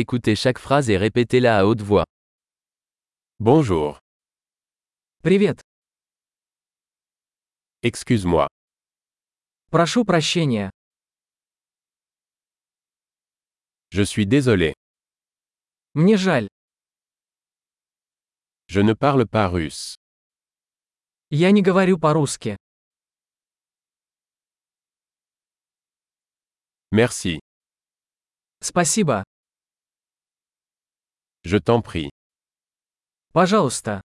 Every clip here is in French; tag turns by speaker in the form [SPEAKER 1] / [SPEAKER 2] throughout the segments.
[SPEAKER 1] Écoutez chaque phrase et répétez-la à haute voix.
[SPEAKER 2] Bonjour.
[SPEAKER 3] Привет.
[SPEAKER 2] Excuse-moi.
[SPEAKER 3] Прошу прощения.
[SPEAKER 2] Je suis désolé.
[SPEAKER 3] Мне жаль.
[SPEAKER 2] Je ne parle pas russe.
[SPEAKER 3] Я не говорю по-русски.
[SPEAKER 2] Merci.
[SPEAKER 3] Спасибо.
[SPEAKER 2] Je t'en prie.
[SPEAKER 3] Пожалуйста.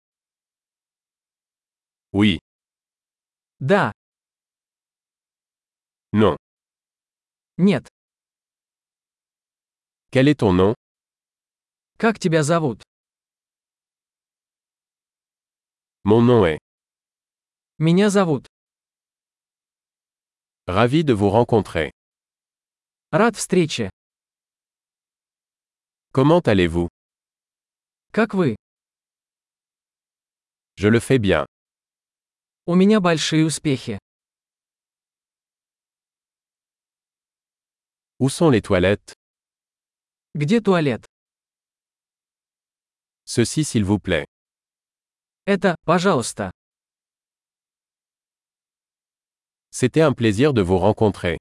[SPEAKER 2] Oui.
[SPEAKER 3] Да.
[SPEAKER 2] Non.
[SPEAKER 3] Нет.
[SPEAKER 2] Quel est ton nom
[SPEAKER 3] Как тебя зовут?
[SPEAKER 2] Mon nom est.
[SPEAKER 3] Меня зовут.
[SPEAKER 2] Ravi de vous rencontrer.
[SPEAKER 3] Рад встрече.
[SPEAKER 2] Comment allez-vous
[SPEAKER 3] Как вы?
[SPEAKER 2] Je le fais bien.
[SPEAKER 3] У меня большие успехи.
[SPEAKER 2] Où sont les toilettes
[SPEAKER 3] Где туалет?
[SPEAKER 2] Ceci s'il vous plaît.
[SPEAKER 3] Это, пожалуйста.
[SPEAKER 2] C'était un plaisir de vous rencontrer.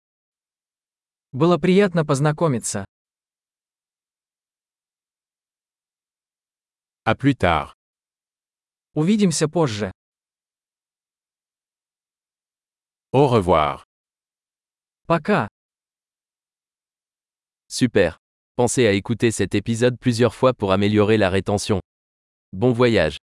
[SPEAKER 3] Было приятно познакомиться.
[SPEAKER 2] À plus tard.
[SPEAKER 3] Увидимся позже.
[SPEAKER 2] Au revoir.
[SPEAKER 3] Пока.
[SPEAKER 1] Super. Pensez à écouter cet épisode plusieurs fois pour améliorer la rétention. Bon voyage.